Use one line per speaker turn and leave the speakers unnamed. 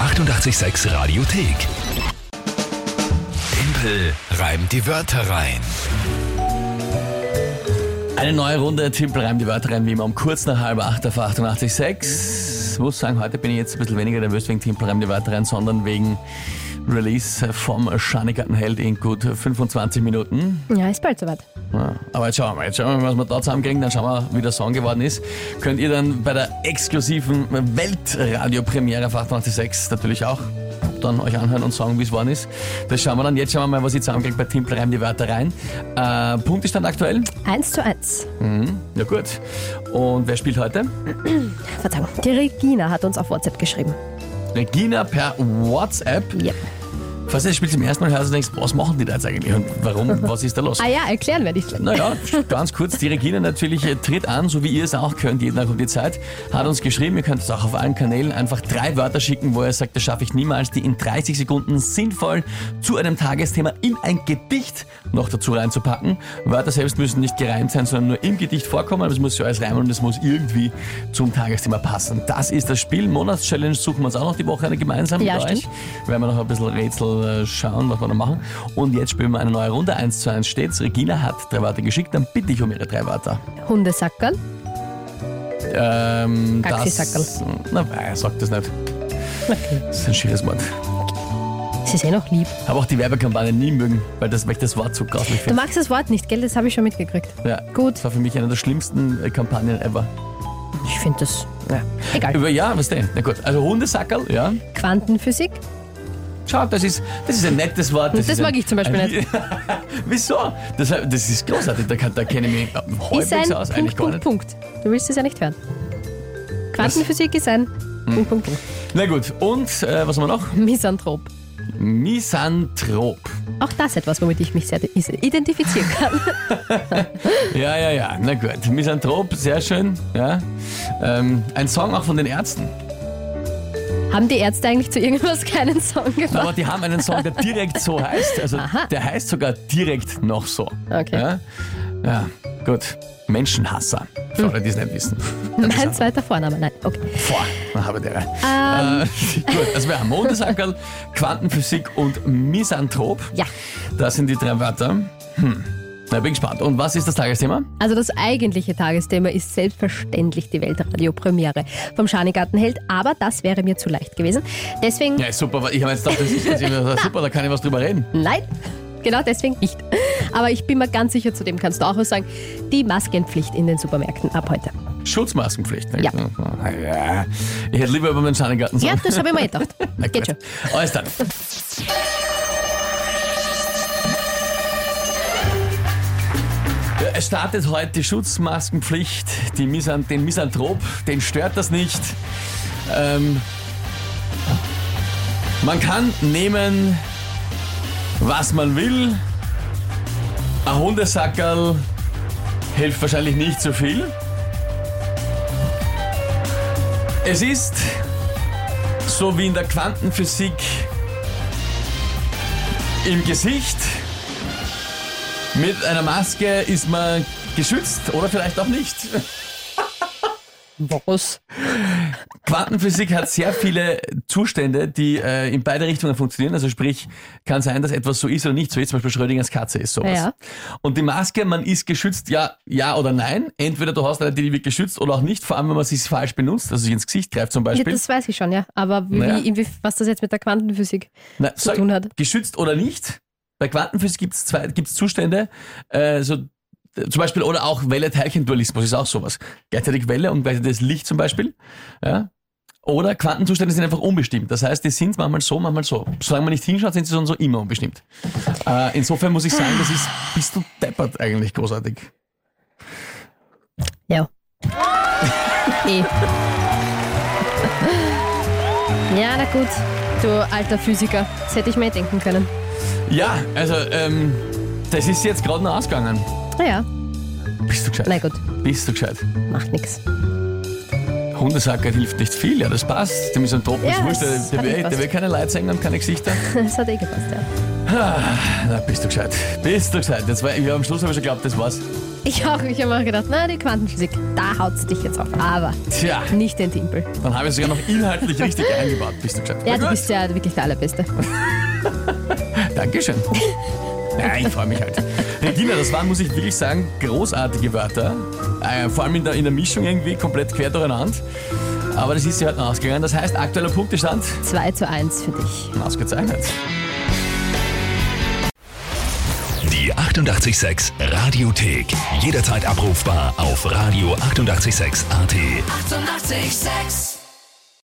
886 Radiothek. Tempel reimt die Wörter rein.
Eine neue Runde, Timpel reimt die Wörter rein, wie immer um kurz nach halb acht auf 88.6. Ich muss sagen, heute bin ich jetzt ein bisschen weniger nervös wegen Timpel reimt die Wörter rein, sondern wegen Release vom Schanigartenheld in gut 25 Minuten.
Ja, ist bald soweit.
Ja, aber jetzt schauen wir, jetzt schauen wir, was wir da zusammenkriegen, dann schauen wir, wie der Song geworden ist. Könnt ihr dann bei der exklusiven Weltradio-Premiere auf 88.6 natürlich auch dann euch anhören und sagen, wie es worden ist. Das schauen wir dann. Jetzt schauen wir mal, was ich zusammenkriege bei Timpel reimt die Wörter rein. Äh, Punktestand aktuell?
Eins zu eins.
Mhm. Ja gut. Und wer spielt heute?
Verzeihung. Die Regina hat uns auf WhatsApp geschrieben.
Regina per WhatsApp.
Yep.
Falls du das Spiel zum ersten Mal hörst und denkst, was machen die da jetzt eigentlich und warum, was ist da los?
Ah ja, erklären werde ich gleich.
Naja, ganz kurz, die Regina natürlich äh, tritt an, so wie ihr es auch könnt, jeden Tag um die Zeit, hat uns geschrieben, ihr könnt es auch auf allen Kanälen einfach drei Wörter schicken, wo er sagt, das schaffe ich niemals, die in 30 Sekunden sinnvoll zu einem Tagesthema in ein Gedicht noch dazu reinzupacken. Wörter selbst müssen nicht gereimt sein, sondern nur im Gedicht vorkommen, aber es muss ja alles reimen und es muss irgendwie zum Tagesthema passen. Das ist das Spiel. Monatschallenge suchen wir uns auch noch die Woche eine gemeinsam
Ja,
mit euch.
stimmt.
Werden wir noch ein bisschen Rätsel äh, schauen, was wir da machen. Und jetzt spielen wir eine neue Runde. 1 zu 1 steht's. Regina hat drei Wörter geschickt, dann bitte ich um ihre drei Wörter.
Hundesackerl,
Ähm, das,
Taxisackerl.
na, nein, sag das nicht. Das ist ein schieres Wort.
sie ist eh noch lieb.
Habe auch die Werbekampagne nie mögen, weil, das, weil ich das Wort so grauslich
Du
finde.
magst das Wort nicht, gell? Das habe ich schon mitgekriegt.
Ja,
Gut.
Das war für mich eine der schlimmsten äh, Kampagnen ever.
Ich finde das egal.
Über, ja, was denn? Na gut, also Hundesackerl, ja.
Quantenphysik,
Schaut, das ist, das ist ein nettes Wort.
Das
ist ein,
mag ich zum Beispiel
nicht. Wieso? Das, das ist großartig, da, kann- da kenne ich mich
ist ein
halbwegs aus, eigentlich
Punkt,
gar
Punkt,
nicht.
Punkt. Du willst es ja nicht hören. Quantenphysik ist ein Punkt,
Hm.
Punkt, Punkt.
Na gut, und äh, was haben wir noch?
Misanthrop.
Misanthrop.
Auch das etwas, womit ich mich sehr identifizieren kann.
Ja, ja, ja, na gut. Misanthrop, sehr schön. Ja. Ähm, ein Song auch von den Ärzten.
Haben die Ärzte eigentlich zu irgendwas keinen Song
Aber
gemacht?
die haben einen Song, der direkt so heißt. Also
Aha.
der heißt sogar direkt noch so.
Okay.
Ja, ja gut. Menschenhasser.
Hm.
Für alle, die es nicht wissen.
Mein zweiter Vorname, nein. Okay.
Boah, dann habe ich der.
Ähm.
Äh, gut, also wir haben Mondesackerl, Quantenphysik und Misanthrop.
Ja.
Das sind die drei Wörter. Hm. Na, bin gespannt. Und was ist das Tagesthema?
Also das eigentliche Tagesthema ist selbstverständlich die Weltradio-Premiere vom Schanigartenheld, aber das wäre mir zu leicht gewesen. Deswegen,
Ja, ist super. weil Ich habe jetzt gedacht, das ist jetzt immer super, da kann ich was drüber reden.
nein, genau deswegen nicht. Aber ich bin mir ganz sicher, zu dem kannst du auch was sagen, die Maskenpflicht in den Supermärkten ab heute.
Schutzmaskenpflicht. ne?
Ja.
ja. Ich hätte lieber über meinen Schanigarten
Ja,
sagen.
das habe ich mir eh gedacht.
Na
Geht schon.
gut. Äh, Alles dann. Ja, Es startet heute die Schutzmaskenpflicht, die Misan den Misanthrop, den stört das nicht. Ähm, man kann nehmen, was man will. Ein Hundesackerl hilft wahrscheinlich nicht so viel. Es ist so wie in der Quantenphysik im Gesicht. Mit einer Maske ist man geschützt oder vielleicht auch nicht.
Was?
Quantenphysik hat sehr viele Zustände, die äh, in beide Richtungen funktionieren. Also sprich, kann sein, dass etwas so ist oder nicht so ist. Zum Beispiel Schrödingers Katze ist sowas.
Ja.
Und die Maske, man ist geschützt, ja, ja oder nein. Entweder du hast eine, die wird geschützt oder auch nicht. Vor allem, wenn man sie falsch benutzt, also sich ins Gesicht greift zum
Ja,
Beispiel.
das weiß ich schon, ja. Aber wie,
Naja.
inwie, was das jetzt mit der Quantenphysik?
Na,
zu tun hat.
Geschützt oder nicht. Bei Quantenphysik gibt es gibt's Zustände, äh, so, äh, zum Beispiel, oder auch Welle-Teilchen-Dualismus ist auch sowas. Gleichzeitig Welle und gleichzeitig das Licht zum Beispiel. Ja? Oder Quantenzustände sind einfach unbestimmt. Das heißt, die sind manchmal so, manchmal so. Solange man nicht hinschaut, sind sie so und so immer unbestimmt. Äh, insofern muss ich sagen, das ist, bist du deppert eigentlich großartig.
Ja. eh. Ja, na gut, du alter Physiker. Das hätte ich mir eh denken können.
Ja, also, ähm, das ist jetzt gerade noch ausgegangen.
Naja,
Bist du gescheit?
na gut,
Bist du gescheit?
macht nichts.
Hundesacker hilft nicht viel, ja, das passt. Dem ist ein Top,
Ja,
ist wurscht, der,
das
der,
hat
will,
gepasst.
der will keine Leute sehen und keine Gesichter.
Das hat eh gepasst, ja.
Na, bist du gescheit. Bist du gescheit. Jetzt war, ich, am Schluss habe ich schon geglaubt, das war's.
Ich auch, ich habe auch gedacht, na, die Quantenphysik, da haut sie dich jetzt auf. Aber
Tja,
nicht den Timpel.
dann habe ich es sogar noch inhaltlich richtig eingebaut, bist du gesagt.
Ja, du bist ja wirklich der Allerbeste.
Dankeschön. Ja, ich freue mich halt. Regina, das waren, muss ich wirklich sagen, großartige Wörter. Äh, vor allem in der, in der Mischung irgendwie, komplett quer durcheinander. Aber das ist ja heute noch ausgegangen. Das heißt, aktueller Punktestand
2 zu 1 für dich.
ausgezeichnet.
Die 886 Radiothek. Jederzeit abrufbar auf radio886.at. 886!
886